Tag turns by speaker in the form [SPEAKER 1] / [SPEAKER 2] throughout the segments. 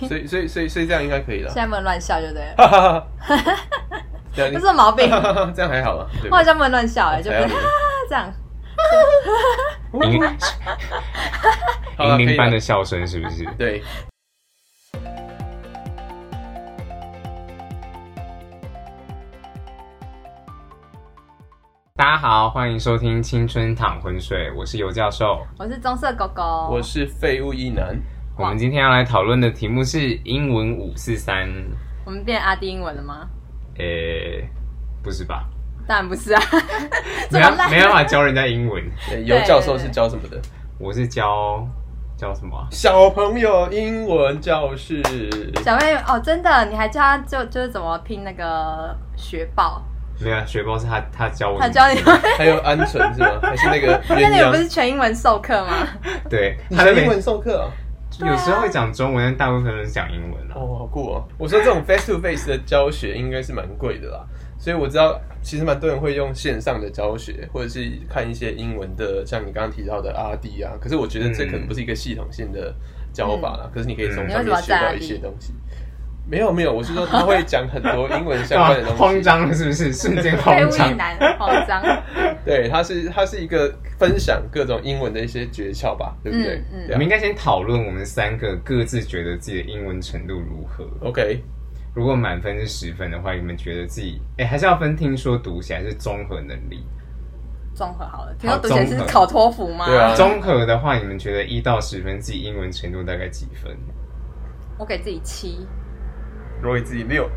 [SPEAKER 1] 所以所以所以所以这样应该可以了
[SPEAKER 2] 现。在不能乱笑，就对了，
[SPEAKER 1] 哈哈哈，这样
[SPEAKER 2] 这啊是毛病。
[SPEAKER 1] 啊 这样还好吧？对
[SPEAKER 2] 我
[SPEAKER 1] 吧
[SPEAKER 2] 好像不能乱笑哎、就
[SPEAKER 1] 还好
[SPEAKER 2] 是
[SPEAKER 1] 你
[SPEAKER 2] 这样。
[SPEAKER 3] 银
[SPEAKER 1] 好了
[SPEAKER 3] 银铃般
[SPEAKER 1] 可以
[SPEAKER 3] 的
[SPEAKER 1] 了
[SPEAKER 3] 笑声是不是？
[SPEAKER 1] 对，
[SPEAKER 3] 大家好，欢迎收听《青春躺浑水》，我是尤教授。
[SPEAKER 2] 我是棕色狗狗，
[SPEAKER 1] 我是废物一男，
[SPEAKER 3] 我们今天要来讨论的题目是英文五四三，
[SPEAKER 2] 我们变阿弟英文了吗？
[SPEAKER 3] 诶，不 是吧？
[SPEAKER 2] 当然不 是啊，怎
[SPEAKER 3] 没
[SPEAKER 2] 么
[SPEAKER 3] 有啊
[SPEAKER 2] 烂？
[SPEAKER 3] 没办法教人家英文，
[SPEAKER 1] 对尤教授是教什么的？
[SPEAKER 3] 我是教教什么啊？
[SPEAKER 1] 小朋友英文教 室。
[SPEAKER 2] 小妹哦，真的，你还教他就就是怎么拼那个雪宝，
[SPEAKER 3] 没有啊，学包是他他教我，
[SPEAKER 2] 他教你，
[SPEAKER 1] 还有鹌鹑是吗？还是 那个鸳
[SPEAKER 2] 那你们不
[SPEAKER 1] 鸯
[SPEAKER 2] 是？全英文授课吗？
[SPEAKER 3] 对，
[SPEAKER 1] 你
[SPEAKER 3] 他
[SPEAKER 1] 学
[SPEAKER 3] 的
[SPEAKER 1] 英
[SPEAKER 3] 每
[SPEAKER 1] 文授课啊？
[SPEAKER 2] 对啊
[SPEAKER 3] 有 时候会讲中文，但大部分都是讲英文啊。
[SPEAKER 1] 哦，好酷哦！我说这种 face to face 的教学应该是蛮贵的啦，所以我知道其实蛮多人会用线上的教学，或者是看一些英文的，像你刚刚提到的阿迪啊。可是我觉得这可能不是一个系统性的教法啦，可是你可以从
[SPEAKER 3] 嗯
[SPEAKER 1] 上面学到一些东西。没有没有，我是说他会讲很多英文
[SPEAKER 2] 啊
[SPEAKER 1] 相关的东
[SPEAKER 3] 慌
[SPEAKER 1] 西。
[SPEAKER 3] 张了是不 是？瞬间慌
[SPEAKER 2] 废物一
[SPEAKER 3] 张。
[SPEAKER 2] 男，慌张。
[SPEAKER 1] 对，他是他是一个分享各种英文的一些诀窍吧，对不对？
[SPEAKER 2] 嗯嗯
[SPEAKER 1] 对
[SPEAKER 3] 我
[SPEAKER 1] 啊
[SPEAKER 3] 们应该先讨论我们三个各自觉得自己的英文程度如何。
[SPEAKER 1] OK，
[SPEAKER 3] 如果满分是十分的话，你们觉得自己哎、还是要分听说读写还是综合能力？
[SPEAKER 2] 综合好了，听
[SPEAKER 3] 好
[SPEAKER 2] 说读写
[SPEAKER 3] 综
[SPEAKER 2] 是
[SPEAKER 3] 合
[SPEAKER 2] 考托福吗？
[SPEAKER 1] 对啊
[SPEAKER 3] 综合的话，你们觉得一到十分自己英文程度大概几分？
[SPEAKER 2] 我给自己七，
[SPEAKER 1] 如果你自己六，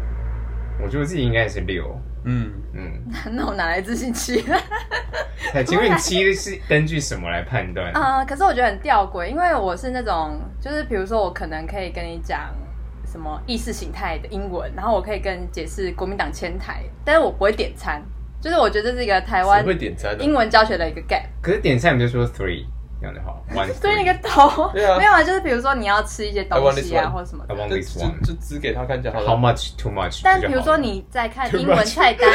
[SPEAKER 3] 我觉得自己应该是六。
[SPEAKER 1] 嗯，
[SPEAKER 3] 嗯，
[SPEAKER 2] 那我哪来自信七？
[SPEAKER 3] 哎请问你 七是根据什么来判断？
[SPEAKER 2] 啊、可是我觉得很吊诡，因为我是那种，就是比如说我可能可以跟你讲什么意识形态的英文，然后我可以跟你解释国民党迁台，但是我不会点餐，就是我觉得这是一个台湾
[SPEAKER 1] 谁会点餐的、啊
[SPEAKER 2] 英文教学的一个 gap。
[SPEAKER 3] 可是点菜你就说 three 这样的话，one
[SPEAKER 2] 所以
[SPEAKER 3] three
[SPEAKER 2] 你个头，
[SPEAKER 1] 对啊
[SPEAKER 2] 没有啊，就是比如说你要吃一些东西
[SPEAKER 1] I want this
[SPEAKER 2] 啊，
[SPEAKER 1] one
[SPEAKER 2] 或者什么
[SPEAKER 3] I
[SPEAKER 2] 的。
[SPEAKER 3] want
[SPEAKER 1] 就
[SPEAKER 3] this
[SPEAKER 1] 就
[SPEAKER 3] one。
[SPEAKER 1] 就只给他看就好了
[SPEAKER 3] How。much? Too much？
[SPEAKER 2] 但
[SPEAKER 3] 不就
[SPEAKER 2] 比如
[SPEAKER 3] 好
[SPEAKER 2] 说
[SPEAKER 3] 了
[SPEAKER 2] 你在看
[SPEAKER 1] Too
[SPEAKER 2] 英文
[SPEAKER 1] much
[SPEAKER 2] 菜单，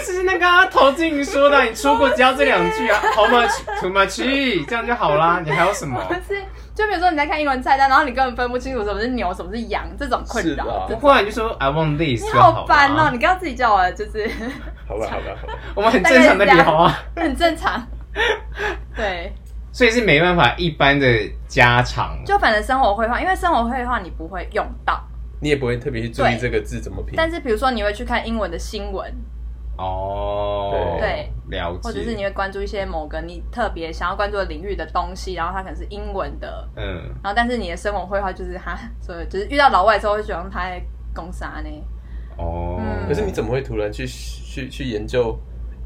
[SPEAKER 3] 是那个啊陶晶莹说的，你说过只要这两 句啊，How much, too much，这样就好啦。你还有什么？
[SPEAKER 2] 不是，就比如说你在看英文菜单，然后你根本分不清楚什么是牛，什么是羊，这种困
[SPEAKER 1] 是啊
[SPEAKER 2] 扰。
[SPEAKER 1] 的
[SPEAKER 3] 不过你就说 I want this
[SPEAKER 2] 你
[SPEAKER 3] 就好
[SPEAKER 1] 啊
[SPEAKER 2] 好
[SPEAKER 3] 啦
[SPEAKER 2] 烦哦！你刚刚自己叫我就是。
[SPEAKER 1] 好吧，好吧，好吧。
[SPEAKER 3] 我们很正常的聊啊，
[SPEAKER 2] 很正常。对，
[SPEAKER 3] 所以是没办法一般的家常。
[SPEAKER 2] 就反正生活绘画，因为生活绘画你不会用到，
[SPEAKER 1] 你也不会特别去注意这个字怎么拼。
[SPEAKER 2] 但是比如说你会去看英文的新闻，
[SPEAKER 3] 哦，
[SPEAKER 2] 对，
[SPEAKER 3] 了解。
[SPEAKER 2] 或者是你会关注一些某个你特别想要关注的领域的东西，然后它可能是英文的，
[SPEAKER 3] 嗯，
[SPEAKER 2] 然后但是你的生活绘画就是哈，所以就是遇到老外之后会喜欢他在攻杀 呢。
[SPEAKER 3] 哦，
[SPEAKER 2] 嗯
[SPEAKER 1] 可是你怎么会突然去去去研究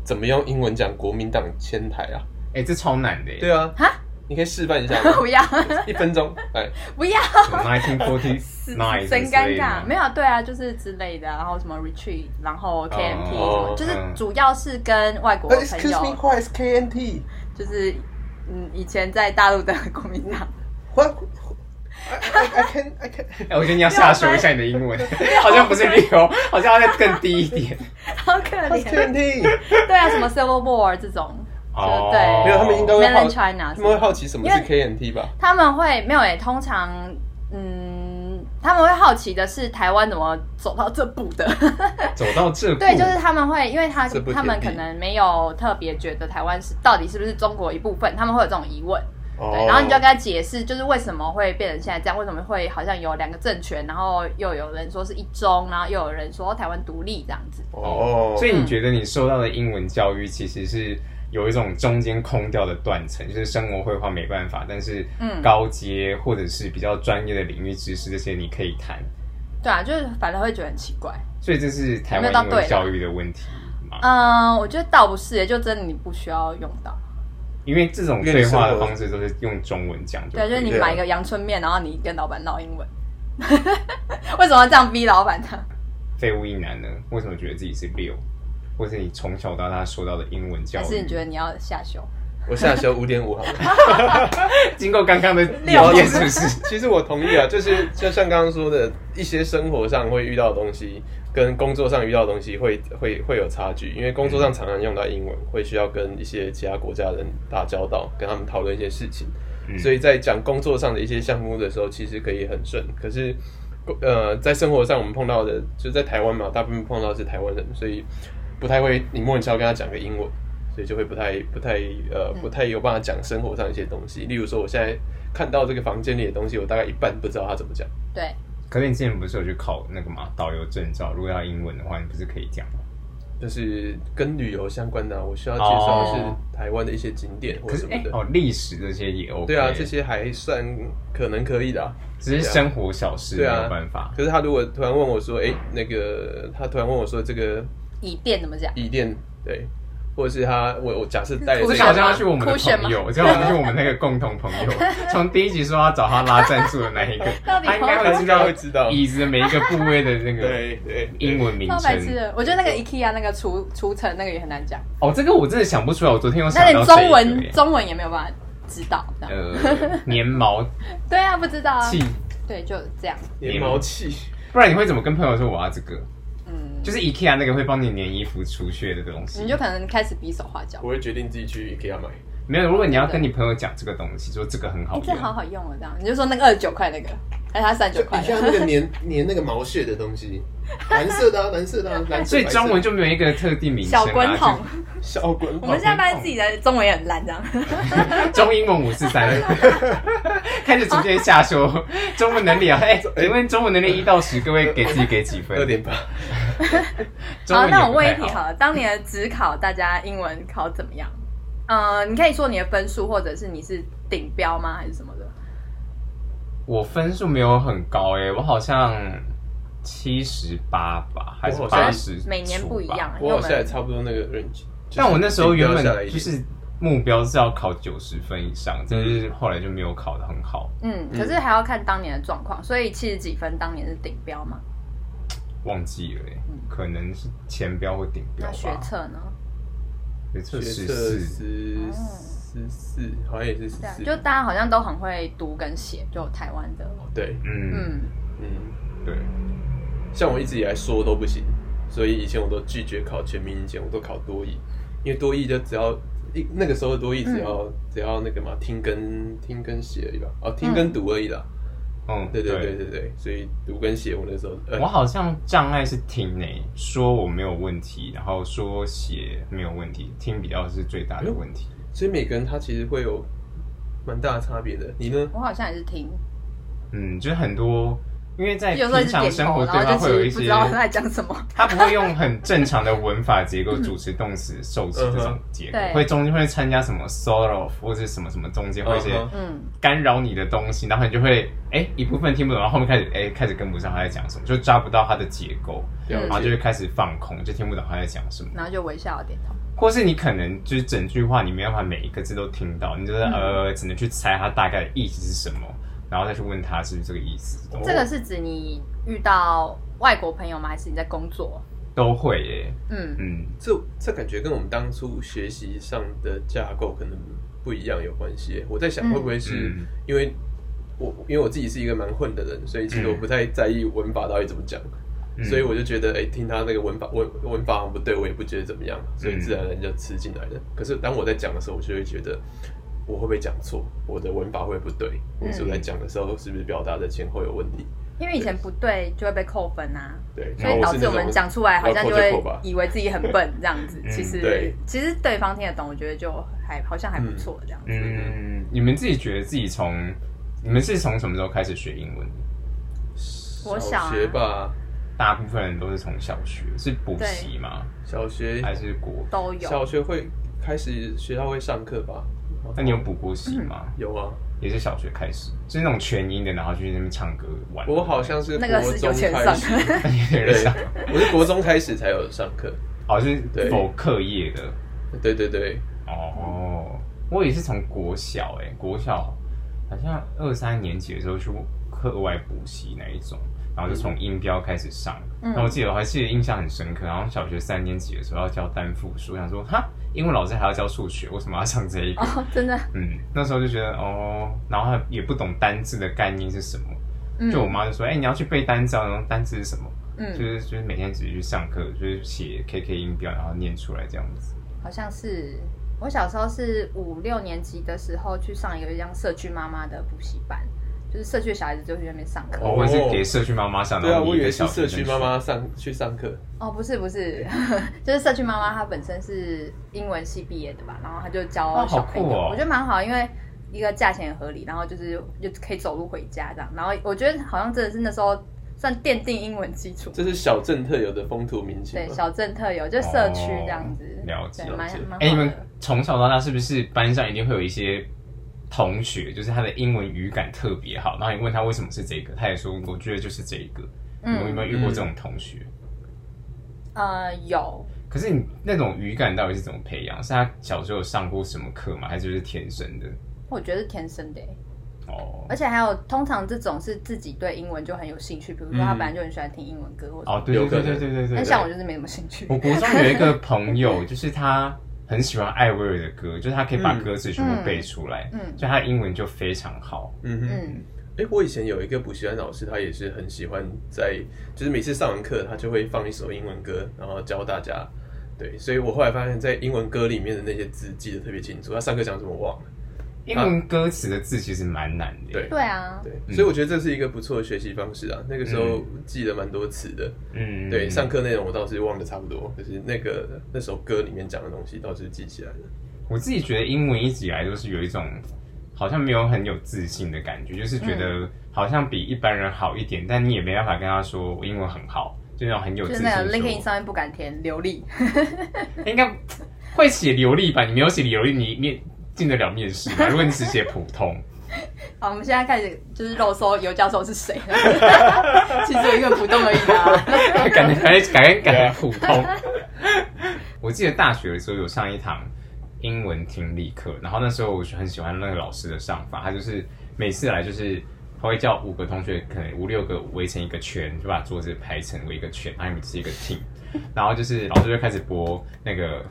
[SPEAKER 1] 怎么用英文讲国民党迁台啊？
[SPEAKER 3] 哎，这超难的耶。
[SPEAKER 1] 对啊
[SPEAKER 2] 哈，
[SPEAKER 1] 你可以示范一下 吗，
[SPEAKER 2] 不要
[SPEAKER 1] 一分钟。来，
[SPEAKER 2] 不要，
[SPEAKER 3] ，nineteen forty
[SPEAKER 2] 真
[SPEAKER 3] nine，
[SPEAKER 2] 尴尬。没有啊，对啊，就是之类的，然后什么 retreat，然后 KMP，、
[SPEAKER 1] 哦
[SPEAKER 2] 就是
[SPEAKER 3] 嗯
[SPEAKER 2] 主要是跟外国朋友。
[SPEAKER 1] Excuse me, what is KNT?
[SPEAKER 2] 就是嗯，以前在大陆的国民党，
[SPEAKER 1] What? I, I, I can, I can.
[SPEAKER 3] 哎，我觉得你要下修一下你的英文， 好像不是六，好像要再更低一 点。
[SPEAKER 2] 好可
[SPEAKER 1] What's
[SPEAKER 2] 怜。
[SPEAKER 1] KNT?
[SPEAKER 2] 对啊，什么 Civil War 这种，
[SPEAKER 3] 哦，
[SPEAKER 2] 对
[SPEAKER 1] 没有，他们应该会
[SPEAKER 2] Mainland
[SPEAKER 1] 好，
[SPEAKER 2] China
[SPEAKER 1] 他们会好奇什么是 KNT 吧？
[SPEAKER 2] 他们会没有诶、通常嗯，他们会好奇的是台湾怎么走到这步的。
[SPEAKER 3] 走到这 步，
[SPEAKER 2] 对，就是他们会，因为他
[SPEAKER 1] 这步
[SPEAKER 2] 他们
[SPEAKER 1] 田
[SPEAKER 2] 可
[SPEAKER 1] 地
[SPEAKER 2] 能没有特别觉得台湾是到底是不是中国一部分，他们会有这种疑问。对，然后你就要跟他解释，就是为什么会变成现在这样，为什么会好像有两个政权，然后又有人说是一中，然后又有人说台湾独立这样子。
[SPEAKER 1] 哦，
[SPEAKER 3] 所以你觉得你受到的英文教育其实是有一种中间空掉的断层，就是生活绘画没办法，但是
[SPEAKER 2] 嗯
[SPEAKER 3] 高阶或者是比较专业的领域知识这些你可以谈，
[SPEAKER 2] 对啊，就是反正会觉得很奇怪。
[SPEAKER 3] 所以这是台
[SPEAKER 2] 有没有到
[SPEAKER 3] 湾英
[SPEAKER 2] 对
[SPEAKER 3] 文
[SPEAKER 2] 啦
[SPEAKER 3] 教育的问题嘛？
[SPEAKER 2] 嗯，我觉得倒不是耶，就真的你不需要用到。
[SPEAKER 3] 因为这种对话的方式都是用中文讲，
[SPEAKER 2] 对，就是
[SPEAKER 3] 可以
[SPEAKER 2] 你
[SPEAKER 3] 了
[SPEAKER 2] 买一个阳春面，然后你跟老板闹英文， 为什么要这样逼老板呢？
[SPEAKER 3] 废物一男呢，为什么觉得自己是六？或是你从小到大受到的英文教
[SPEAKER 2] 还
[SPEAKER 3] 育，
[SPEAKER 2] 是你觉得你要下修？
[SPEAKER 1] 我下修五点五好了。
[SPEAKER 3] 经过刚刚的
[SPEAKER 2] 六
[SPEAKER 3] 聊天是不 是？
[SPEAKER 1] 其实我同意啊，就是就像刚刚说的，一些生活上会遇到的东西，跟工作上遇到的东西会会会有差距，因为工作上常常用到英文，会需要跟一些其他国家的人打交道，跟他们讨论一些事情。
[SPEAKER 3] 嗯
[SPEAKER 1] 所以在讲工作上的一些项目的时候，其实可以很顺。可是，呃，在生活上我们碰到的，就在台湾嘛，大部分碰到的是台湾人，所以不太会你莫名其妙跟他讲个英文，所以就会不太不太呃
[SPEAKER 2] 嗯
[SPEAKER 1] 不太有办法讲生活上一些东西。例如说，我现在看到这个房间里的东西，我大概一半不知道他怎么讲。
[SPEAKER 2] 对，
[SPEAKER 3] 可是你之前不是有去考那个嘛导游证照？如果要英文的话，你不是可以讲吗？
[SPEAKER 1] 就是跟旅游相关的啊、我需要介绍的
[SPEAKER 3] 哦
[SPEAKER 1] 是台湾的一些景点或
[SPEAKER 3] 可
[SPEAKER 1] 什
[SPEAKER 3] 是
[SPEAKER 1] 么
[SPEAKER 3] 哎、
[SPEAKER 1] 的。
[SPEAKER 3] 哦，历史这些也 OK。
[SPEAKER 1] 对啊，这些还算可能可以的啊、
[SPEAKER 3] 只是生活小事，没
[SPEAKER 1] 对啊
[SPEAKER 3] 有办法。
[SPEAKER 1] 可是他如果突然问我说：“哎、那个……”他突然问我说：“这个
[SPEAKER 2] 椅垫怎么讲？
[SPEAKER 1] 椅垫对，或者是他我我假设带了
[SPEAKER 2] 不
[SPEAKER 3] 我
[SPEAKER 1] 这
[SPEAKER 2] 是
[SPEAKER 1] 个
[SPEAKER 3] 好像要去我们的
[SPEAKER 2] 酷炫吗
[SPEAKER 3] 朋友，我就好像去我们那个共同朋 友，从第一集说要找他拉赞助的那一个，
[SPEAKER 2] 到底
[SPEAKER 3] 他应该
[SPEAKER 1] 他
[SPEAKER 3] 会
[SPEAKER 1] 应
[SPEAKER 3] 知
[SPEAKER 1] 该
[SPEAKER 3] 道
[SPEAKER 1] 会知道，
[SPEAKER 3] 哎椅子的每一个部位的那 个
[SPEAKER 1] 对对
[SPEAKER 3] 英文名
[SPEAKER 2] 超白痴
[SPEAKER 3] 称。
[SPEAKER 2] 的，我觉得那个 IKEA 那个除除层那个也很难讲，
[SPEAKER 3] 哦，这个我真的想不出来，我昨天有想
[SPEAKER 2] 那
[SPEAKER 3] 到
[SPEAKER 2] 连
[SPEAKER 3] 这一
[SPEAKER 2] 中
[SPEAKER 3] 个
[SPEAKER 2] 文
[SPEAKER 3] 耶。
[SPEAKER 2] 中文也没有办法知道。这样
[SPEAKER 3] 呃，棉毛
[SPEAKER 2] 对啊，不知道啊
[SPEAKER 3] 器，，
[SPEAKER 2] 对，就这样。
[SPEAKER 1] 粘毛器，
[SPEAKER 3] 不然你会怎么跟朋友说我要这个？
[SPEAKER 2] 嗯，
[SPEAKER 3] 就是 IKEA 那个会帮你粘衣服除屑的东西
[SPEAKER 2] 你。就可能开始比手画脚
[SPEAKER 1] 我。会决定自己去给他买。
[SPEAKER 3] 没有，如果你要跟你朋友讲这个东西，说这个很好
[SPEAKER 2] 哎，
[SPEAKER 3] 用，
[SPEAKER 2] 这好好用哦，这样你就说那个二十九块那个，还是他三十
[SPEAKER 1] 就
[SPEAKER 2] 九块
[SPEAKER 1] 底？下那个粘 粘那个毛屑的东西，蓝色的、啊、蓝色的、啊、蓝色。
[SPEAKER 3] 所以
[SPEAKER 1] 白色的
[SPEAKER 3] 中文就没有一个特定名称、啊。
[SPEAKER 2] 小滚筒，
[SPEAKER 1] 小滚
[SPEAKER 2] 我
[SPEAKER 1] 筒
[SPEAKER 3] 哦
[SPEAKER 2] 们现在发现自己的中文也很烂，这样。
[SPEAKER 3] 就 中英文五四 三，开始逐渐下修中文能力啊。哎、请问中文能力一到十，各位给自己给几分？
[SPEAKER 1] 二点八，
[SPEAKER 3] 中
[SPEAKER 2] 好，
[SPEAKER 3] 文也不
[SPEAKER 2] 那我问一
[SPEAKER 3] 太
[SPEAKER 2] 题好了，当年的职考大家英文考怎么样？呃，你可以说你的分数，或者是你是顶标吗，还是什么的？
[SPEAKER 3] 我分数没有很高哎、我好像七十八吧，还是
[SPEAKER 1] 我好像
[SPEAKER 3] 八十？
[SPEAKER 2] 每年不一样。，因为
[SPEAKER 1] 我
[SPEAKER 2] 我
[SPEAKER 1] 好像也
[SPEAKER 2] 们
[SPEAKER 1] 差不多那个 range。
[SPEAKER 3] 但我那时候原本
[SPEAKER 1] 就是顶标下来一
[SPEAKER 3] 就
[SPEAKER 1] 点
[SPEAKER 3] 是目标是要考九十分以上，但是后来就没有考得很好，
[SPEAKER 2] 嗯，可是还要看当年的状况，所以七十几分当年是顶标嘛？
[SPEAKER 3] 忘记了、欸，可能是前标或顶标
[SPEAKER 2] 嗯那学
[SPEAKER 3] 吧。
[SPEAKER 2] 测呢？
[SPEAKER 3] 学测
[SPEAKER 1] 学
[SPEAKER 3] 十
[SPEAKER 1] 测
[SPEAKER 3] 四，
[SPEAKER 1] 十
[SPEAKER 2] 哦
[SPEAKER 1] 十四，好像也是十
[SPEAKER 2] 对啊
[SPEAKER 1] 四，，
[SPEAKER 2] 就大家好像都很会读跟写，就台湾的，
[SPEAKER 1] 对，
[SPEAKER 3] 嗯，
[SPEAKER 2] 嗯，
[SPEAKER 1] 嗯，
[SPEAKER 3] 对，
[SPEAKER 1] 像我一直以来说都不行，所以以前我都拒绝考全民英检，我都考多译，因为多译就只要一那个时候的多译只要、
[SPEAKER 2] 嗯
[SPEAKER 1] 只要那个嘛听跟听跟写而已吧，哦听跟读而已啦，
[SPEAKER 3] 嗯，
[SPEAKER 1] 对对对对对，所以读跟写我那时候呃
[SPEAKER 3] 我好像障碍是听诶，说我没有问题，然后说写没有问题，听比较是最
[SPEAKER 1] 哎
[SPEAKER 3] 大的问题。
[SPEAKER 1] 所以每个人他其实会有蛮大的差别的，你呢？
[SPEAKER 2] 我好像也是听，
[SPEAKER 3] 嗯，就是很多，因为在
[SPEAKER 2] 有时候也
[SPEAKER 3] 平
[SPEAKER 2] 是
[SPEAKER 3] 常
[SPEAKER 2] 点
[SPEAKER 3] 生活
[SPEAKER 2] 头，
[SPEAKER 3] 对话
[SPEAKER 2] 然后
[SPEAKER 3] 会有
[SPEAKER 2] 就其
[SPEAKER 3] 一
[SPEAKER 2] 实不
[SPEAKER 3] 些
[SPEAKER 2] 知，道他在嗯讲什么。
[SPEAKER 3] 他不会用很正常的文法结 构主词、动词、受词这种结构
[SPEAKER 2] 嗯，哼
[SPEAKER 3] 会中间会参加什么 sort of 或者什么什么中间会有一些
[SPEAKER 1] 嗯哼
[SPEAKER 2] 嗯，
[SPEAKER 3] 干扰你的东西，然后你就会哎一部分听不懂，然后后面开始哎开始跟不上他在讲什么，就抓不到他的结构，
[SPEAKER 1] 了
[SPEAKER 3] 然后就
[SPEAKER 1] 解
[SPEAKER 3] 会开始放空，就听不懂他在讲什么。
[SPEAKER 2] 然后就微笑点头。
[SPEAKER 3] 或是你可能就是整句话你没办法每一个字都听到，你就是、
[SPEAKER 2] 嗯
[SPEAKER 3] 呃只能去猜它大概的意思是什么，然后再去问他是不是这个意思，
[SPEAKER 1] 啊
[SPEAKER 3] 都
[SPEAKER 2] 这个是指你遇到外国朋友吗？还是你在工作？
[SPEAKER 3] 都会耶、
[SPEAKER 2] 嗯，
[SPEAKER 3] 嗯，
[SPEAKER 1] 这这感觉跟我们当初学习上的架构可能不一样有关系。我在想
[SPEAKER 2] 嗯
[SPEAKER 1] 会不会是
[SPEAKER 3] 嗯
[SPEAKER 1] 因为我、因为我自己是一个蛮混的人，所以其实
[SPEAKER 3] 嗯
[SPEAKER 1] 我不太在意文法到底怎么讲，
[SPEAKER 3] 嗯
[SPEAKER 1] 所以我就觉得哎、诶听他那个文法文文法好像不对，我也不觉得怎么样，
[SPEAKER 3] 嗯
[SPEAKER 1] 所以自然而然就吃进来了。可是当我在讲的时候，我就会觉得。我会不会讲错？我的文法会不会不对？我是不是在讲的时候是不是表达的前后有问题？
[SPEAKER 2] 因为以前不对就会被扣分啊，
[SPEAKER 1] 对，
[SPEAKER 2] 所
[SPEAKER 1] 然后
[SPEAKER 2] 以
[SPEAKER 1] 我
[SPEAKER 2] 导
[SPEAKER 1] 是
[SPEAKER 2] 致
[SPEAKER 1] 那
[SPEAKER 2] 我们
[SPEAKER 1] 种
[SPEAKER 2] 讲出来好像就
[SPEAKER 1] 要
[SPEAKER 2] 会
[SPEAKER 1] 扣就扣吧
[SPEAKER 2] 以为自己很笨这样子。
[SPEAKER 3] 嗯
[SPEAKER 2] 其实
[SPEAKER 1] 对
[SPEAKER 2] 其实对方听得懂，我觉得就还好像还不错这样子。
[SPEAKER 3] 嗯，你们自己觉得自己从你们是从什么时候开始学英文的？
[SPEAKER 2] 我小啊
[SPEAKER 1] 小学吧，
[SPEAKER 3] 大部分人都是从小学，是补习吗？
[SPEAKER 1] 小学
[SPEAKER 3] 还是国？
[SPEAKER 2] 都有
[SPEAKER 1] 小学会开始学校会上课吧？
[SPEAKER 3] 那你有补过习吗？
[SPEAKER 1] 有啊，
[SPEAKER 3] 也是小学开始，是那种全英的，然后去那边唱歌玩。
[SPEAKER 1] 我好 像是
[SPEAKER 2] 那个
[SPEAKER 1] 国
[SPEAKER 2] 是
[SPEAKER 1] 中
[SPEAKER 2] 有钱
[SPEAKER 1] 开
[SPEAKER 2] 上，
[SPEAKER 1] 始，
[SPEAKER 3] 有点
[SPEAKER 1] 对啊
[SPEAKER 3] 像，，
[SPEAKER 1] 我是国中开始才有上课。
[SPEAKER 3] 好像哦是
[SPEAKER 1] 对
[SPEAKER 3] 否课业的。
[SPEAKER 1] 对对对，
[SPEAKER 3] 哦，我也是从国小哎、国小好像二三年级的时候去课外补习那一种，然后就从音标开始上。
[SPEAKER 2] 嗯
[SPEAKER 3] 然后我记得我还记得印象很深刻，然后小学三年级的时候要教单复数，我想说哈，英文老师还要教数学，为什么要上这一 个？
[SPEAKER 2] 哦，真 的，
[SPEAKER 3] 嗯，那时候就觉得哦，然后也不懂单字的概念是什么，
[SPEAKER 2] 嗯
[SPEAKER 3] 就我妈就说，哎、你要去背单词啊，然后单字是什么？就
[SPEAKER 2] 嗯，
[SPEAKER 3] 是就是每天只是去上课，就是写 KK 音标，然后念出来这样子。
[SPEAKER 2] 好像是我小时候是五六年级的时候去上一个像社区妈妈的补习班，就是社区的小孩子就去那边上课。
[SPEAKER 3] 哦，我是给社区妈妈上，
[SPEAKER 1] 对啊，
[SPEAKER 3] 然后
[SPEAKER 1] 我以
[SPEAKER 3] 你一
[SPEAKER 1] 为
[SPEAKER 3] 个
[SPEAKER 1] 是
[SPEAKER 3] 小
[SPEAKER 1] 社区
[SPEAKER 3] 学
[SPEAKER 1] 妈
[SPEAKER 3] 生
[SPEAKER 1] 妈上去上课，
[SPEAKER 2] 哦，不是不是， 就是社区妈妈她本身是英文系毕业的吧，然后她就教
[SPEAKER 3] 哦
[SPEAKER 2] 小
[SPEAKER 3] 好
[SPEAKER 2] 朋友，
[SPEAKER 3] 酷哦
[SPEAKER 2] 我觉得蛮好，因为一个价钱也合理，然后就是就可以走路回家这样，然后我觉得好像真的是那时候算奠定英文基础，
[SPEAKER 1] 这是小镇特有的风土民情
[SPEAKER 2] 对
[SPEAKER 1] 吗。
[SPEAKER 2] 小镇特有，就社区这样子，
[SPEAKER 3] 哦了解
[SPEAKER 2] 对，蛮
[SPEAKER 1] 了解
[SPEAKER 2] 蛮
[SPEAKER 3] 哎、你
[SPEAKER 2] 好
[SPEAKER 3] 们
[SPEAKER 2] 的。
[SPEAKER 3] 从小到大是不是班上一定会有一些同学，就是他的英文语感特别好，然后你问他为什么是这个，他也说我觉得就是这一个。
[SPEAKER 1] 嗯
[SPEAKER 3] 你们有没有遇过这种同学？
[SPEAKER 2] 嗯呃，有，
[SPEAKER 3] 可是你那种语感到底是怎么培养？是他小时候有上过什么课吗？还是就是天生的？
[SPEAKER 2] 我觉得是天生的欸，
[SPEAKER 3] 哦
[SPEAKER 2] 而且还有通常这种是自己对英文就很有兴趣，比如说他本来就很喜欢听英文歌或者什
[SPEAKER 3] 嗯哦
[SPEAKER 2] 么，，
[SPEAKER 3] 对
[SPEAKER 1] 有
[SPEAKER 3] 对
[SPEAKER 1] 可
[SPEAKER 3] 对
[SPEAKER 1] 能
[SPEAKER 3] 对对对对哦
[SPEAKER 2] 但像我就是没什么兴趣。
[SPEAKER 3] 我国中有一个朋友，就是他很喜欢艾薇儿的歌，就是他可以把
[SPEAKER 1] 嗯
[SPEAKER 3] 歌词全部背出来，
[SPEAKER 2] 嗯
[SPEAKER 3] 就他英文就非常好。
[SPEAKER 1] 嗯哼，
[SPEAKER 2] 嗯，
[SPEAKER 1] 哎、我以前有一个补习班老师，他也是很喜欢在，就是每次上完课，他就会放一首英文歌，然后教大家。对，所以我后来发现，在英文歌里面的那些字记得特别清楚，他上课讲什么我忘了。
[SPEAKER 3] 英文歌词的字其实蛮难的。
[SPEAKER 1] 对
[SPEAKER 2] 对啊，
[SPEAKER 1] 对，
[SPEAKER 3] 嗯
[SPEAKER 1] 所以我觉得这是一个不错的学习方式啊。那个时候记得蛮多词的，
[SPEAKER 3] 嗯，
[SPEAKER 1] 对，上
[SPEAKER 3] 课
[SPEAKER 1] 课内容我倒是忘得差不多，可是那个那首歌里面讲的东西倒是记起来了。
[SPEAKER 3] 我自己觉得英文一直以来都是有一种好像没有很有自信的感觉，就是觉
[SPEAKER 1] 嗯
[SPEAKER 3] 得好像比一般人好一点，但你也没办法跟他说我英文很好，就那种很有
[SPEAKER 2] 就
[SPEAKER 3] 自
[SPEAKER 2] 是
[SPEAKER 3] 信
[SPEAKER 2] 那个
[SPEAKER 3] 说
[SPEAKER 2] LinkedIn 上面不敢填流利，
[SPEAKER 3] 应该会写流利吧？你没有写流利，你面进得了面试吗？如果你只写普通，
[SPEAKER 2] 好，我们现在开始就是肉搜尤教授是谁， 其实有一个不动而已啊。
[SPEAKER 3] 感觉感觉感觉感觉普通。 我记得大学的时候有上一堂英文听力课，然后那时候我就很喜欢那个老师的上法，他就是每次来就是他会叫五个同学，可能五六个围成一个圈，就把桌子排成为一个圈，然后你们是一个 team，然后就是老师就开始播那个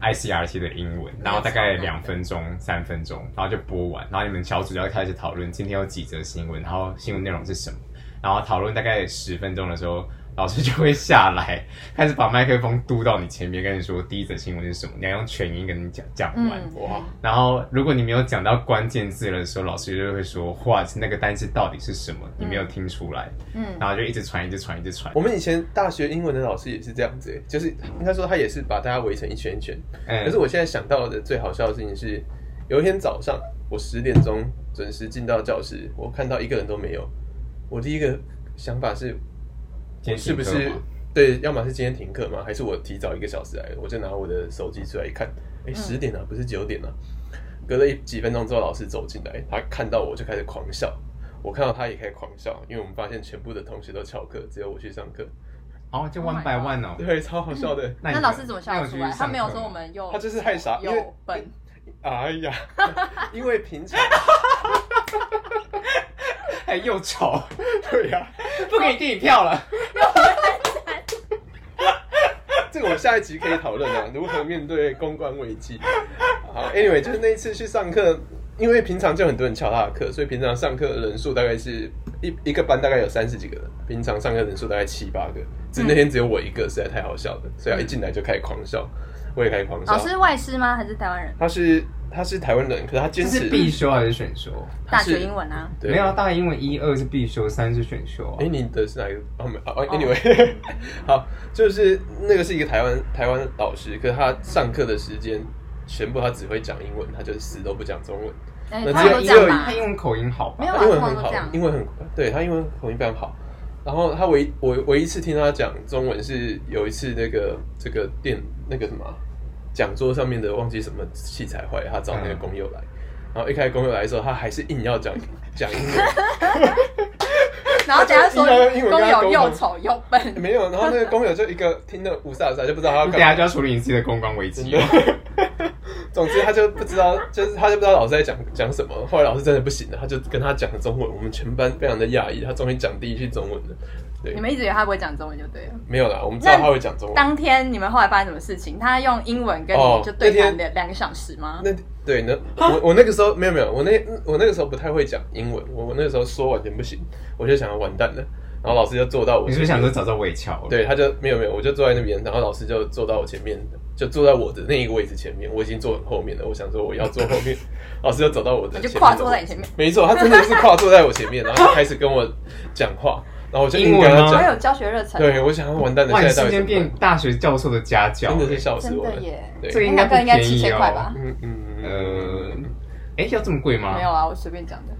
[SPEAKER 3] ICRT 的英文，然后大概两分钟、三分钟，然后就播完，然后你们小组就要开始讨论今天有几则新闻，然后新闻内容是什么，然后讨论大概十分钟的时候，老师就会下来，开始把麦克风嘟到你前面，跟你说第一则新闻是什么，你要用全音跟你讲讲完。
[SPEAKER 2] 嗯，
[SPEAKER 1] 哇，
[SPEAKER 3] 然后，如果你没有讲到关键字的时候，老师就会说 “what” 那个单词到底是什么，你没有听出来，
[SPEAKER 2] 嗯
[SPEAKER 3] 然后就一直传，一直传，一直传。
[SPEAKER 1] 我们以前大学英文的老师也是这样子、欸，就是应该说他也是把大家围成一圈一圈，
[SPEAKER 3] 嗯
[SPEAKER 1] 可是我现在想到的最好笑的事情是，有一天早上我十点钟准时进到教室，我看到一个人都没有，我第一个想法是，
[SPEAKER 3] 今天
[SPEAKER 1] 是不
[SPEAKER 3] 听课
[SPEAKER 1] 是
[SPEAKER 3] 吗
[SPEAKER 1] 对？要么是今天停课吗？还是我提早一个小时来？我就拿我的手机出来一看，哎，十点啊，不是九点啊。隔了一几分钟之后，老师走进来，他看到我就开始狂笑，我看到他也开始狂笑，因为我们发现全部的同学都翘课，只有我去上课，
[SPEAKER 3] 哦，就
[SPEAKER 2] Oh my
[SPEAKER 3] one by one 哦。
[SPEAKER 1] 对，超好笑的。
[SPEAKER 3] 你
[SPEAKER 2] 那老师怎么笑
[SPEAKER 3] 那
[SPEAKER 2] 得
[SPEAKER 3] 你
[SPEAKER 2] 出
[SPEAKER 3] 有
[SPEAKER 2] 来？
[SPEAKER 3] 去
[SPEAKER 2] 他没有
[SPEAKER 3] 上课
[SPEAKER 2] 说我
[SPEAKER 3] 吗
[SPEAKER 2] 们又
[SPEAKER 1] 他就是太傻，啊因为
[SPEAKER 2] 有本，
[SPEAKER 1] 哎呀，因为平常
[SPEAKER 3] 哎又丑，啊
[SPEAKER 1] 对呀、
[SPEAKER 3] 不给你电影票了。
[SPEAKER 1] 这个我下一集可以讨论啊，如何面对公关危机。好，anyway，就是那一次去上课，因为平常就很多人翘他的课，所以平常上课的人数大概是一一个班大概有三十几个人，平常上课人数大概七八个，只那天只有我一个，实在太好笑了，所以他一进来就开始狂笑，我也开始狂笑。
[SPEAKER 2] 老师是外师吗？还是台湾人？
[SPEAKER 1] 他是他是台湾人，可是他
[SPEAKER 3] 这
[SPEAKER 1] 坚持
[SPEAKER 3] 是必修还是选修？
[SPEAKER 1] 他
[SPEAKER 2] 大
[SPEAKER 1] 是
[SPEAKER 2] 学英文啊，
[SPEAKER 1] 对
[SPEAKER 3] 没有，大英文一二是必修，三是选修啊。
[SPEAKER 1] 哎、你的是哪一个？哦，没哦，anyway，、好， 就是那个是一个台湾台湾老师，可是他上课的时间全部他只会讲英文，他就是死都不讲中文。
[SPEAKER 2] 哎，
[SPEAKER 1] 那
[SPEAKER 2] 他
[SPEAKER 1] 只
[SPEAKER 2] 们
[SPEAKER 1] 有
[SPEAKER 2] 都
[SPEAKER 1] 一
[SPEAKER 2] 这样
[SPEAKER 1] 个
[SPEAKER 2] 吧
[SPEAKER 3] 他？英文口音好吧
[SPEAKER 2] 没？有啊
[SPEAKER 1] 他英文很
[SPEAKER 2] 通常都
[SPEAKER 1] 好
[SPEAKER 2] 这样，
[SPEAKER 1] 英文很对他英文口音非常好。然后他唯我唯一一次听他讲中文是有一次那个这个电那个什么啊讲座上面的忘记什么器材坏，他找那个
[SPEAKER 3] 嗯
[SPEAKER 1] 工友来，然后一开始工友来的时候，他还是硬要讲讲英文。
[SPEAKER 2] 然后等下说
[SPEAKER 1] 他就英文跟
[SPEAKER 2] 工
[SPEAKER 1] 他
[SPEAKER 2] 友
[SPEAKER 1] 沟通
[SPEAKER 2] 又丑又笨，
[SPEAKER 1] 没有，然后那个工友就一个听得五煞五煞，就不知道他要
[SPEAKER 3] 你
[SPEAKER 1] 干
[SPEAKER 3] 等
[SPEAKER 1] 嘛
[SPEAKER 3] 下。就要处理你自己的公关危
[SPEAKER 1] 真
[SPEAKER 3] 机了。
[SPEAKER 1] 的。 总之，他就不知道，就是他就不知道老师在讲讲什么。后来老师真的不行了，他就跟他讲中文，我们全班非常的讶异，他终于讲第一句中文了。对
[SPEAKER 2] 你，们一直以为他不会讲中文就对了。
[SPEAKER 1] 没有啦，我们知道他会讲中文。
[SPEAKER 2] 当天你们后来发生什么事情？他用英文跟
[SPEAKER 1] 哦
[SPEAKER 2] 你就对
[SPEAKER 1] 那
[SPEAKER 2] 谈
[SPEAKER 1] 天
[SPEAKER 2] 两两个小时吗？
[SPEAKER 1] 那对呢，我我那个时候没有没有，我那我那个时候不太会讲英文，我我那个时候说完全不行，我就想要完蛋了。然后老师就坐到我
[SPEAKER 3] 你是
[SPEAKER 1] 前
[SPEAKER 3] 不是
[SPEAKER 1] 面，
[SPEAKER 3] 想说找到尾桥？，
[SPEAKER 1] 对，他就没有没有，我就坐在那边，然后老师就坐到我前面，就坐在我的那一个位置前面，我已经坐很后面了。我想说我要坐后面， 老师就走到我的前
[SPEAKER 2] 我
[SPEAKER 1] 面，
[SPEAKER 2] 就跨坐在你前面。
[SPEAKER 1] 没错，他真的是跨坐在我前面，然后开始跟我讲话，然后我就硬跟
[SPEAKER 3] 英文
[SPEAKER 1] 他
[SPEAKER 3] 吗
[SPEAKER 2] 我
[SPEAKER 1] 讲。
[SPEAKER 2] 有教学热忱，啊
[SPEAKER 1] 对，我想要完蛋了，
[SPEAKER 3] 哇，你
[SPEAKER 1] 现在到底怎
[SPEAKER 3] 瞬间
[SPEAKER 1] 么
[SPEAKER 3] 变
[SPEAKER 1] 办
[SPEAKER 3] 大学教授的家教
[SPEAKER 1] 真的
[SPEAKER 3] 欸
[SPEAKER 1] 是笑死
[SPEAKER 2] 真
[SPEAKER 1] 我
[SPEAKER 2] 的
[SPEAKER 1] 了。
[SPEAKER 2] 耶，
[SPEAKER 1] 对
[SPEAKER 3] 这个应
[SPEAKER 2] 那
[SPEAKER 3] 该
[SPEAKER 2] 堂课
[SPEAKER 3] 不
[SPEAKER 2] 应该
[SPEAKER 3] 便
[SPEAKER 2] 七
[SPEAKER 3] 宜
[SPEAKER 2] 千块吧
[SPEAKER 3] 哦。？
[SPEAKER 1] 嗯嗯，
[SPEAKER 3] 呃，哎，要这么贵吗？
[SPEAKER 2] 没有啊，我随便讲的。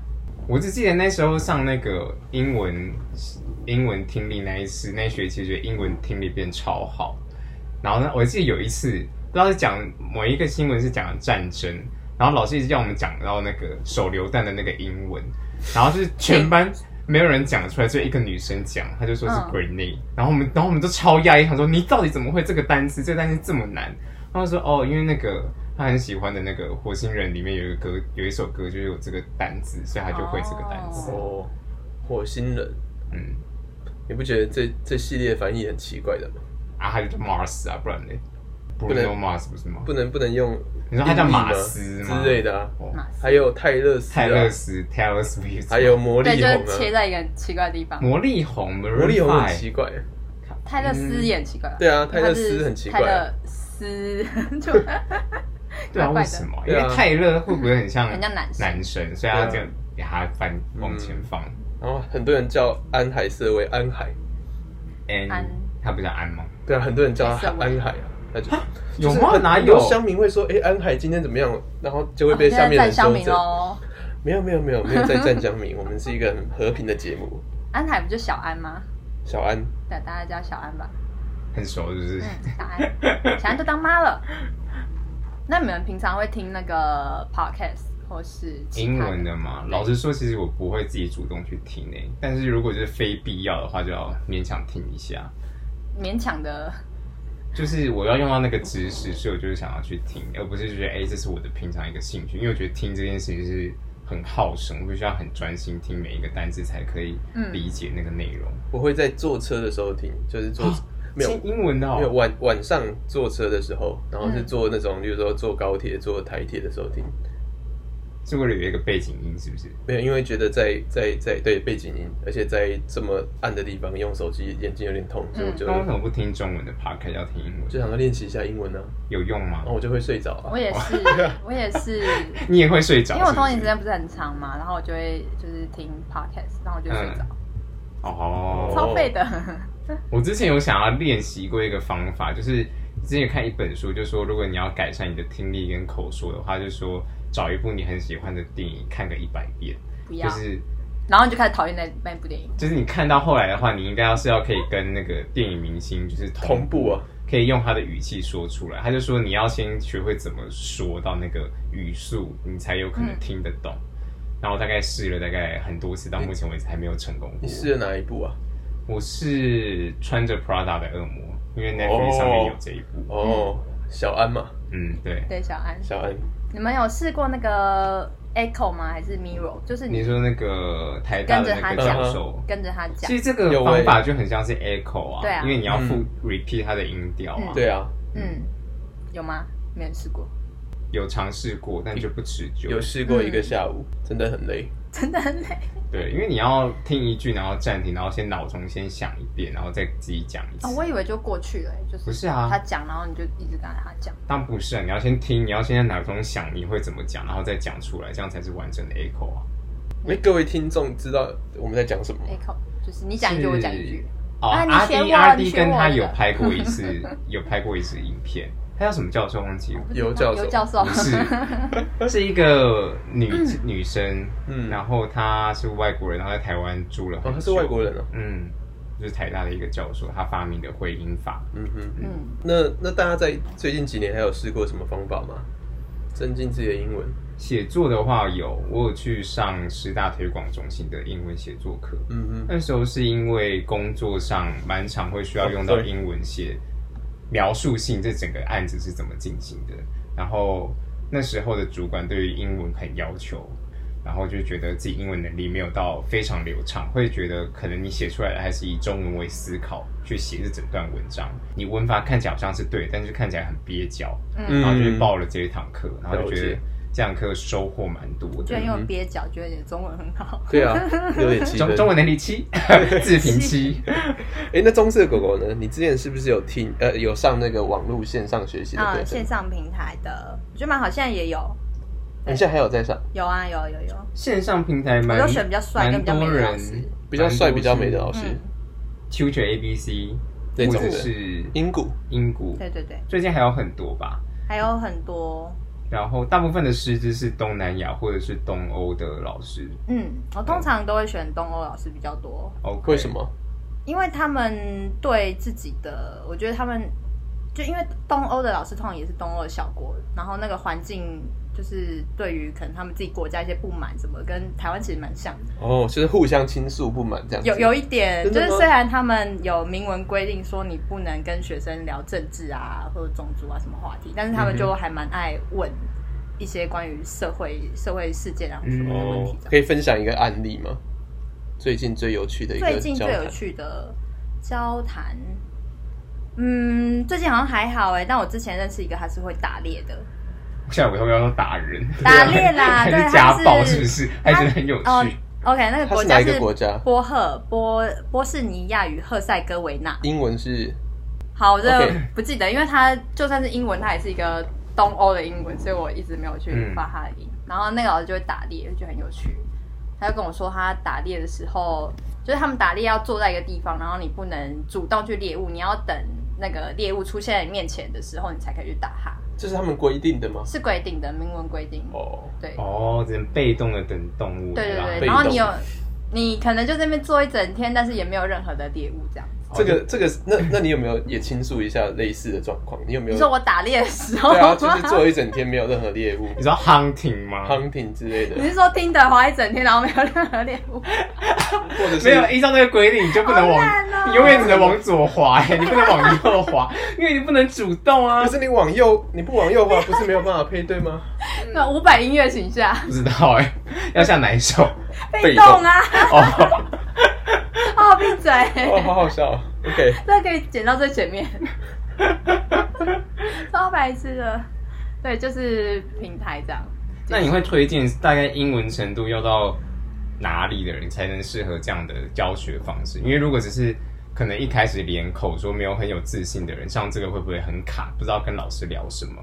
[SPEAKER 3] 我只记得那时候上那个英文英文听力那一次，那一学期觉得英文听力变超好。然后呢，我记得有一次不知道是讲某一个新闻是讲战争，然后老师一直叫我们讲到那个手榴弹的那个英文，然后就是全班没有人讲出来，就一个女生讲，她就说是
[SPEAKER 2] 嗯
[SPEAKER 3] grenade，、然后我们然后我们都超讶异，想说你到底怎么会这个单词？这个单词这么难？然后说哦，因为那个他很喜欢的那个火星人里面有一个歌，有一首歌就是有这个单词，所以他就会这个单词。
[SPEAKER 1] 哦，火星人，
[SPEAKER 3] 嗯，
[SPEAKER 1] 你不觉得这这系列翻译很奇怪的吗？
[SPEAKER 3] 啊，他就叫 Mars 啊，不然嘞
[SPEAKER 1] 不能
[SPEAKER 3] ，Bruno Mars 不是吗？
[SPEAKER 1] 不能不能用
[SPEAKER 3] 你说他叫
[SPEAKER 1] 英译吗
[SPEAKER 3] 马斯吗
[SPEAKER 1] 之类的啊，
[SPEAKER 3] 哦
[SPEAKER 2] 马斯
[SPEAKER 1] 还有泰勒斯、啊，
[SPEAKER 3] 泰勒斯 Taylor Swift，
[SPEAKER 1] 还有魔
[SPEAKER 2] 对，
[SPEAKER 1] 力
[SPEAKER 2] 就
[SPEAKER 1] 红
[SPEAKER 2] 是切
[SPEAKER 1] 啊，
[SPEAKER 2] 在一个很奇怪的地
[SPEAKER 1] 嗯
[SPEAKER 2] 方。
[SPEAKER 3] 魔力红，魔
[SPEAKER 1] 魔力红很
[SPEAKER 3] 红
[SPEAKER 1] 奇怪，
[SPEAKER 2] 泰勒斯也很奇怪吧，
[SPEAKER 1] 对啊
[SPEAKER 2] 因为
[SPEAKER 1] 泰勒
[SPEAKER 2] 他
[SPEAKER 1] 斯
[SPEAKER 2] 是
[SPEAKER 1] 很奇
[SPEAKER 2] 泰
[SPEAKER 1] 怪嗯
[SPEAKER 2] 勒斯 就
[SPEAKER 3] 对
[SPEAKER 2] 怪怪
[SPEAKER 3] 啊，
[SPEAKER 2] 的
[SPEAKER 3] 为什么？因
[SPEAKER 1] 对
[SPEAKER 3] 为
[SPEAKER 1] 啊
[SPEAKER 3] 泰勒会不会很像
[SPEAKER 2] 很像男生
[SPEAKER 3] 男生，所以他就
[SPEAKER 1] 对啊嗯
[SPEAKER 3] 给他翻往前放。
[SPEAKER 1] 然后很多人叫安海瑟薇安海，
[SPEAKER 3] 安
[SPEAKER 2] 安，
[SPEAKER 3] 他不叫安吗？
[SPEAKER 1] 对啊，很多人叫他
[SPEAKER 2] 海瑟薇
[SPEAKER 1] 安海啊，他就。
[SPEAKER 3] 有
[SPEAKER 1] 就是
[SPEAKER 3] 吗？
[SPEAKER 1] 很
[SPEAKER 3] 哪
[SPEAKER 1] 很多
[SPEAKER 3] 有？
[SPEAKER 1] 乡民会说，哎、安海今天怎么样？然后就会被下面
[SPEAKER 2] 在哦
[SPEAKER 1] 人
[SPEAKER 2] 乡
[SPEAKER 1] 纠
[SPEAKER 2] 民
[SPEAKER 1] 正。
[SPEAKER 3] 哦
[SPEAKER 2] 喽。
[SPEAKER 1] 没有没有没有没有在站乡民，我们是一个很和平的节目。
[SPEAKER 2] 安海不就小安吗？
[SPEAKER 1] 小安，
[SPEAKER 2] 对，大家叫小安吧。
[SPEAKER 3] 很熟，是不是？
[SPEAKER 2] 嗯，小安，小安都当妈了。那你们平常会听那个 podcast 或是其他
[SPEAKER 3] 英文？的嘛，老实说，其实我不会自己主动去听诶，但是如果就是非必要的话，就要勉强听一下。
[SPEAKER 2] 勉强的，
[SPEAKER 3] 就是我要用到那个知识，所以我就是想要去听，而不是觉得哎、诶这是我的平常一个兴趣，因为我觉得听这件事情是很耗神，我必须要很专心听每一个单字才可以
[SPEAKER 2] 嗯
[SPEAKER 3] 理解那个内容。
[SPEAKER 1] 我会在坐车的时候听，就是坐、没有
[SPEAKER 3] 是英文的、
[SPEAKER 1] 没有
[SPEAKER 3] 啊哦，
[SPEAKER 1] 晚晚上坐车的时候，然后是
[SPEAKER 2] 嗯
[SPEAKER 1] 坐那种，例如说坐高铁、坐台铁的时候听。
[SPEAKER 3] 是为了有一个背景音，是不是？
[SPEAKER 1] 没有，因为觉得在在在对背景音，而且在这么暗的地方用手机，眼睛有点痛，所以我就、
[SPEAKER 3] 那为什么不听中文的 podcast 要听英文？
[SPEAKER 1] 就想要练习一下英文呢、啊，
[SPEAKER 3] 有用吗
[SPEAKER 1] 然？后我就会睡着啊
[SPEAKER 2] 我。也是， 我也是，
[SPEAKER 3] 你也会睡着？
[SPEAKER 2] 因为我
[SPEAKER 3] 是不
[SPEAKER 2] 通
[SPEAKER 3] 是
[SPEAKER 2] 勤时间不是很长嘛，然后我就会就是听 podcast，然后我就睡着，
[SPEAKER 3] 哦，
[SPEAKER 2] 超废的。
[SPEAKER 3] 我之前有想要练习过一个方法，就是之前有看一本书，就说如果你要改善你的听力跟口说的话，就说找一部你很喜欢的电影看个一百遍，
[SPEAKER 2] 不要
[SPEAKER 3] 就，是
[SPEAKER 2] 然后你就开始讨厌那那部电影。
[SPEAKER 3] 就是你看到后来的话，你应该要是要可以跟那个电影明星就是
[SPEAKER 1] 同步啊，
[SPEAKER 3] 可以用他的语气说出来。他就说你要先学会怎么说到那个语速，你才有可能听得懂。然后我大概试了大概很多次，到目前为止还没有成功
[SPEAKER 1] 你
[SPEAKER 3] 过。
[SPEAKER 1] 试了哪一部啊？
[SPEAKER 3] 我是穿着 Prada 的恶魔，因为 Netflix 上面有这一部。
[SPEAKER 1] 哦，小安嘛，
[SPEAKER 3] 嗯，对。
[SPEAKER 2] 对，小安，
[SPEAKER 1] 小安，
[SPEAKER 2] 你们有试过那个 Echo 吗？还是 Mirror？就是
[SPEAKER 3] 你
[SPEAKER 2] 你
[SPEAKER 3] 说那个台大的那个教授，
[SPEAKER 2] 跟着他讲
[SPEAKER 3] 嗯其，实这个方法就很像是 echo 啊，
[SPEAKER 2] 对啊
[SPEAKER 3] 因为你要复
[SPEAKER 1] 嗯
[SPEAKER 3] repeat 它的音调啊。
[SPEAKER 2] 嗯
[SPEAKER 1] 对啊，
[SPEAKER 2] 嗯，有吗？没有试过，
[SPEAKER 3] 有尝试过，但就不持久
[SPEAKER 1] 有。试过一个下午，真的很累。
[SPEAKER 2] 真的很累。
[SPEAKER 3] 对，因为你要听一句，然后暂停，然后先脑中先想一遍，然后再自己讲一次。
[SPEAKER 2] 哦，我以为就过去了、欸就是
[SPEAKER 3] 不是啊
[SPEAKER 2] 他讲，然后你就一直跟着他讲。
[SPEAKER 3] 但不是啊，你要先听，你要先在脑中想你会怎么讲，然后再讲出来，这样才是完整的 echo 啊。
[SPEAKER 1] 哎，各位听众知道我们在讲什么吗？
[SPEAKER 2] Echo 就是你讲一句，我讲一句。
[SPEAKER 3] 哦，
[SPEAKER 2] 啊你
[SPEAKER 3] 阿
[SPEAKER 2] 学
[SPEAKER 3] 迪
[SPEAKER 2] 我
[SPEAKER 3] 阿
[SPEAKER 2] 你
[SPEAKER 3] 迪
[SPEAKER 2] 学
[SPEAKER 3] 跟
[SPEAKER 2] 我
[SPEAKER 3] 他
[SPEAKER 2] 那
[SPEAKER 3] 有
[SPEAKER 2] 个
[SPEAKER 3] 拍过一次，有拍过一次影片，他叫什么教授忘记了。
[SPEAKER 1] 尤教授
[SPEAKER 2] 尤教授
[SPEAKER 3] 不，是，是一个女女生，
[SPEAKER 1] 嗯
[SPEAKER 3] 然后她是外国人，然后在台湾住了很久
[SPEAKER 1] 哦，他是外国人啊。
[SPEAKER 3] 嗯，就是台大的一个教授，他发明的回音法。
[SPEAKER 1] 嗯哼，
[SPEAKER 2] 嗯，
[SPEAKER 1] 那那大家在最近几年还有试过什么方法吗？增进自己的英文？
[SPEAKER 3] 写作的话有，我有去上师大推广中心的英文写作课，
[SPEAKER 1] 嗯哼，
[SPEAKER 3] 那时候是因为工作上蛮常会需要用
[SPEAKER 1] 哦
[SPEAKER 3] 到
[SPEAKER 1] 对
[SPEAKER 3] 英文写描述性这整个案子是怎么进行的，然后那时候的主管对于英文很要求，然后就觉得自己英文能力没有到非常流畅，会觉得可能你写出来的还是以中文为思考去写这整段文章，你文法看起来好像是对，但是看起来很蹩脚，
[SPEAKER 2] 嗯
[SPEAKER 3] 然后就去报了这一堂课，然后就觉
[SPEAKER 1] 了
[SPEAKER 3] 得
[SPEAKER 1] 解
[SPEAKER 3] 这堂课收获蛮多
[SPEAKER 4] 居
[SPEAKER 3] 的
[SPEAKER 4] 然。用蹩脚，觉得你的中文很好。
[SPEAKER 1] 对 啊，有点气
[SPEAKER 3] 中
[SPEAKER 1] 氛。
[SPEAKER 3] 中文能力七，自评七，
[SPEAKER 1] 哎，那棕色狗狗呢？你之前是不是有听呃有上那个网络线上学习的课
[SPEAKER 4] 嗯，
[SPEAKER 1] 程
[SPEAKER 4] 线？上平台的，我觉得蛮好，现在也有，
[SPEAKER 1] 你现在还有在上？
[SPEAKER 4] 有啊，有有有，
[SPEAKER 3] 线上平台
[SPEAKER 4] 我
[SPEAKER 3] 蛮
[SPEAKER 4] 都选比较帅跟
[SPEAKER 3] 蛮
[SPEAKER 4] 比较美
[SPEAKER 3] 多
[SPEAKER 4] 的老
[SPEAKER 3] 人
[SPEAKER 4] 师，
[SPEAKER 1] 比较帅、比较美的老师，
[SPEAKER 4] 嗯，
[SPEAKER 3] Tutor ABC
[SPEAKER 1] 那
[SPEAKER 3] 或
[SPEAKER 1] 种
[SPEAKER 3] 者
[SPEAKER 1] 的
[SPEAKER 3] 是
[SPEAKER 1] 英谷
[SPEAKER 3] 英谷，
[SPEAKER 4] 对对对，
[SPEAKER 3] 最近还有很多吧。
[SPEAKER 4] 还有很多，
[SPEAKER 3] 然后大部分的师资是东南亚或者是东欧的老师。
[SPEAKER 4] 嗯，我通常都会选东欧老师比较多，
[SPEAKER 3] 哦，
[SPEAKER 1] 为什？么？
[SPEAKER 4] 因为他们对自己的，我觉得他们就因为东欧的老师通常也是东欧的小国，然后那个环境就是对于可能他们自己国家一些不满什么，跟台湾其实蛮像的。
[SPEAKER 1] 哦，就是互相倾诉不满这样子。
[SPEAKER 4] 有有一点，
[SPEAKER 1] 真
[SPEAKER 4] 就
[SPEAKER 1] 的吗
[SPEAKER 4] 是虽然他们有明文规定说你不能跟学生聊政治啊或者种族啊什么话题，但是他们
[SPEAKER 1] 嗯
[SPEAKER 4] 就还蛮爱问一些关于社会社会事件啊或什么的问
[SPEAKER 1] 哦
[SPEAKER 4] 题这样。
[SPEAKER 1] 可以分享一个案例吗？最近最有趣的一个
[SPEAKER 4] 最近
[SPEAKER 1] 交
[SPEAKER 4] 最有
[SPEAKER 1] 谈，
[SPEAKER 4] 趣的交谈，嗯，最近好像还好哎、但我之前认识一个他是会打猎的，
[SPEAKER 3] 现在我要不要说打人？
[SPEAKER 1] 啊
[SPEAKER 4] 打猎 啦啊
[SPEAKER 3] 还
[SPEAKER 4] 对
[SPEAKER 3] 是家暴
[SPEAKER 4] 他是
[SPEAKER 3] 是不是？还觉得很有
[SPEAKER 4] 哦
[SPEAKER 3] 趣。
[SPEAKER 4] ，OK，那个
[SPEAKER 1] 它
[SPEAKER 4] 国
[SPEAKER 1] 是哪
[SPEAKER 4] 家
[SPEAKER 1] 一
[SPEAKER 4] 是
[SPEAKER 1] 个国家？
[SPEAKER 4] 波赫波波士尼亚与赫塞哥维那。
[SPEAKER 1] 英文是
[SPEAKER 4] 好，我这
[SPEAKER 1] OK
[SPEAKER 2] 不记得，因为它就算是英文，它也是一个东欧的英文，所以我一直没有
[SPEAKER 1] 嗯
[SPEAKER 2] 去发它的音。然后那个老师就会打猎，就很有趣。他就跟我说，他打猎的时候，就是他们打猎要坐在一个地方，然后你不能主动去猎物，你要等那个猎物出现在你面前的时候，你才可以去打它，
[SPEAKER 1] 这是他们规定的吗？
[SPEAKER 2] 是规定的，明文规定。
[SPEAKER 1] 哦，
[SPEAKER 2] 对，
[SPEAKER 3] 哦，只能被动的等动物。
[SPEAKER 2] 对
[SPEAKER 3] 吧
[SPEAKER 2] 对
[SPEAKER 1] 被
[SPEAKER 2] 对。然后
[SPEAKER 1] 动
[SPEAKER 2] 你有，你可能就在那边坐一整天，但是也没有任何的猎物这样。
[SPEAKER 1] 这个这个，那那你有没有也倾诉一下类似的状况？你有没
[SPEAKER 2] 你
[SPEAKER 1] 有？
[SPEAKER 2] 说我打猎的时候
[SPEAKER 1] 对
[SPEAKER 2] 吗，
[SPEAKER 1] 啊，就是做一整天没有任何 猎物
[SPEAKER 3] 你知道 hunting 吗？
[SPEAKER 1] ，hunting 之类的
[SPEAKER 2] 你，是说听的滑一整天，然后没有任何猎物？
[SPEAKER 1] 或者是
[SPEAKER 3] 没有依照那个规定，你就不能往，
[SPEAKER 2] 哦
[SPEAKER 4] 啊
[SPEAKER 3] 你永远只能往左滑、 欸，你不能往右滑，因为你不能主动啊
[SPEAKER 1] 可。是你往右，你不往右滑，不是没有办法配 对吗？
[SPEAKER 2] 那五百音乐请下，
[SPEAKER 3] 不知道哎、 要下哪一 首？
[SPEAKER 1] 被
[SPEAKER 2] 被动啊！
[SPEAKER 3] 哦，
[SPEAKER 2] 哦，闭嘴！
[SPEAKER 1] 哦，好好笑哦。OK，
[SPEAKER 2] 这可以剪到最前 面，超白痴的。对，就是平台这样。
[SPEAKER 3] 那你会推荐大概英文程度要到哪里的人才能适合这样的教学方式？因为如果只是可能一开始连口说没有很有自信的人，上这个会不会很卡？不知道跟老师聊什么？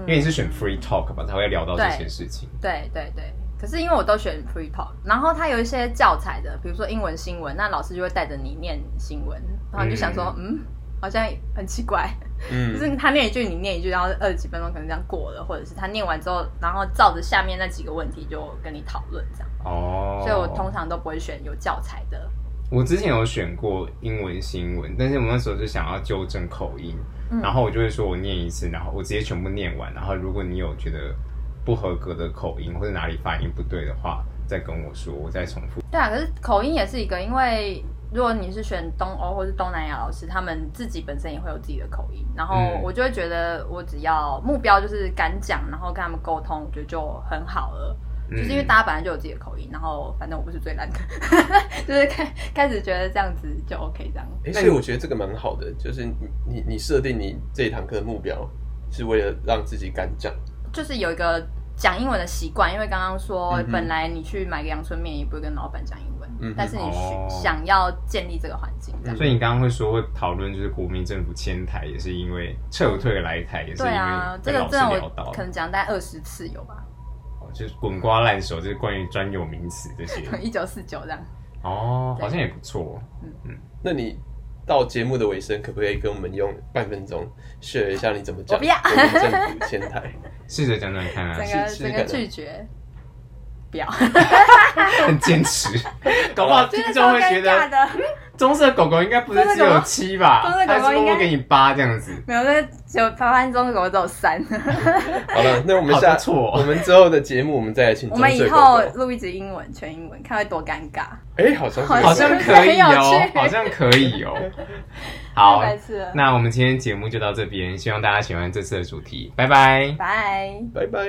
[SPEAKER 3] 因为你是选 free talk 吧，才会聊到这些事情。
[SPEAKER 2] 对对对。可是因为我都选 free talk，然后它有一些教材的，比如说英文新闻，那老师就会带着你念新闻，然后你就想说，嗯好像很奇怪，就
[SPEAKER 1] 嗯，
[SPEAKER 2] 是他念一句你念一句，然后二十几分钟可能这样过了，或者是他念完之后，然后照着下面那几个问题就跟你讨论这样。
[SPEAKER 3] 哦，
[SPEAKER 2] 所以我通常都不会选有教材的。
[SPEAKER 3] 我之前有选过英文新闻，但是我那时候是想要纠正口音，
[SPEAKER 2] 嗯
[SPEAKER 3] 然后我就会说我念一次，然后我直接全部念完，然后如果你有觉得不合格的口音或者哪里发音不对的话，再跟我说，我再重复。
[SPEAKER 2] 对啊，可是口音也是一个，因为如果你是选东欧或是东南亚老师，他们自己本身也会有自己的口音，然后
[SPEAKER 3] 嗯
[SPEAKER 2] 我就会觉得我只要目标就是敢讲，然后跟他们沟通，我觉得就很好了。
[SPEAKER 1] 嗯
[SPEAKER 2] 就是
[SPEAKER 3] 嗯
[SPEAKER 2] 因为大家本来就有自己的口音，然后反正我不是最烂的， 就是开开始觉得这样子就 OK 这样。
[SPEAKER 1] 诶
[SPEAKER 3] 那
[SPEAKER 1] 所
[SPEAKER 3] 你
[SPEAKER 1] 以我觉得这个蛮好的，就是你你你设定你这一堂课的目标，是为了让自己敢讲。
[SPEAKER 2] 就是有一个讲英文的习惯，因为刚刚说、
[SPEAKER 1] 嗯哼
[SPEAKER 2] 本来你去买个阳春面也不会跟老板讲英文，
[SPEAKER 1] 嗯哼
[SPEAKER 2] 但是你需、
[SPEAKER 3] 哦
[SPEAKER 2] 想要建立这个环境，这样、
[SPEAKER 3] 所以你刚刚会说会讨论就是国民政府迁台，也是因为撤退来台，也是因
[SPEAKER 2] 对啊
[SPEAKER 3] 为，
[SPEAKER 2] 这
[SPEAKER 3] 跟
[SPEAKER 2] 个
[SPEAKER 3] 老
[SPEAKER 2] 真
[SPEAKER 3] 师
[SPEAKER 2] 的
[SPEAKER 3] 聊
[SPEAKER 2] 我
[SPEAKER 3] 到，
[SPEAKER 2] 可能讲大概二十次有吧，
[SPEAKER 3] 哦就是滚瓜烂熟，就是关于专有名词这些。
[SPEAKER 2] 一九四九这样。
[SPEAKER 3] 哦，
[SPEAKER 2] 对
[SPEAKER 3] 好像也不错。
[SPEAKER 1] 那你到节目的尾声，可不可以跟我们用半分钟 share 一下你怎么讲？
[SPEAKER 2] 我不要
[SPEAKER 1] 国民政府前台，
[SPEAKER 3] 试着讲讲看啊
[SPEAKER 2] 整，
[SPEAKER 1] 是
[SPEAKER 2] 个
[SPEAKER 1] 是
[SPEAKER 2] 整
[SPEAKER 1] 可
[SPEAKER 2] 个
[SPEAKER 1] 能
[SPEAKER 2] 拒绝，不要，
[SPEAKER 3] 很坚 持，搞不好啊听众会觉得
[SPEAKER 2] 的。
[SPEAKER 3] 棕色狗狗应该不是只有七吧？
[SPEAKER 2] 棕色狗狗
[SPEAKER 3] 它是默
[SPEAKER 2] 应
[SPEAKER 3] 默
[SPEAKER 2] 该
[SPEAKER 3] 给你八这样子。
[SPEAKER 2] 没有，那就发现中的狗只有 三。
[SPEAKER 1] 好了，那我们
[SPEAKER 3] 好
[SPEAKER 1] 下
[SPEAKER 3] 不错哦
[SPEAKER 1] 我们之后的节目，我们再来请
[SPEAKER 2] 我
[SPEAKER 1] 棕
[SPEAKER 2] 们以
[SPEAKER 1] 色狗
[SPEAKER 2] 后
[SPEAKER 1] 狗。
[SPEAKER 2] 录一集英文，全英文，看会多尴尬。
[SPEAKER 1] 哎，好像是
[SPEAKER 3] 好像可以
[SPEAKER 2] 很有
[SPEAKER 3] 哦
[SPEAKER 2] 趣，
[SPEAKER 3] 好像可以 哦。好
[SPEAKER 2] 太，白痴了
[SPEAKER 3] 那我们今天节目就到这边，希望大家喜欢这次的主题，拜拜。
[SPEAKER 2] 拜。
[SPEAKER 1] 拜拜。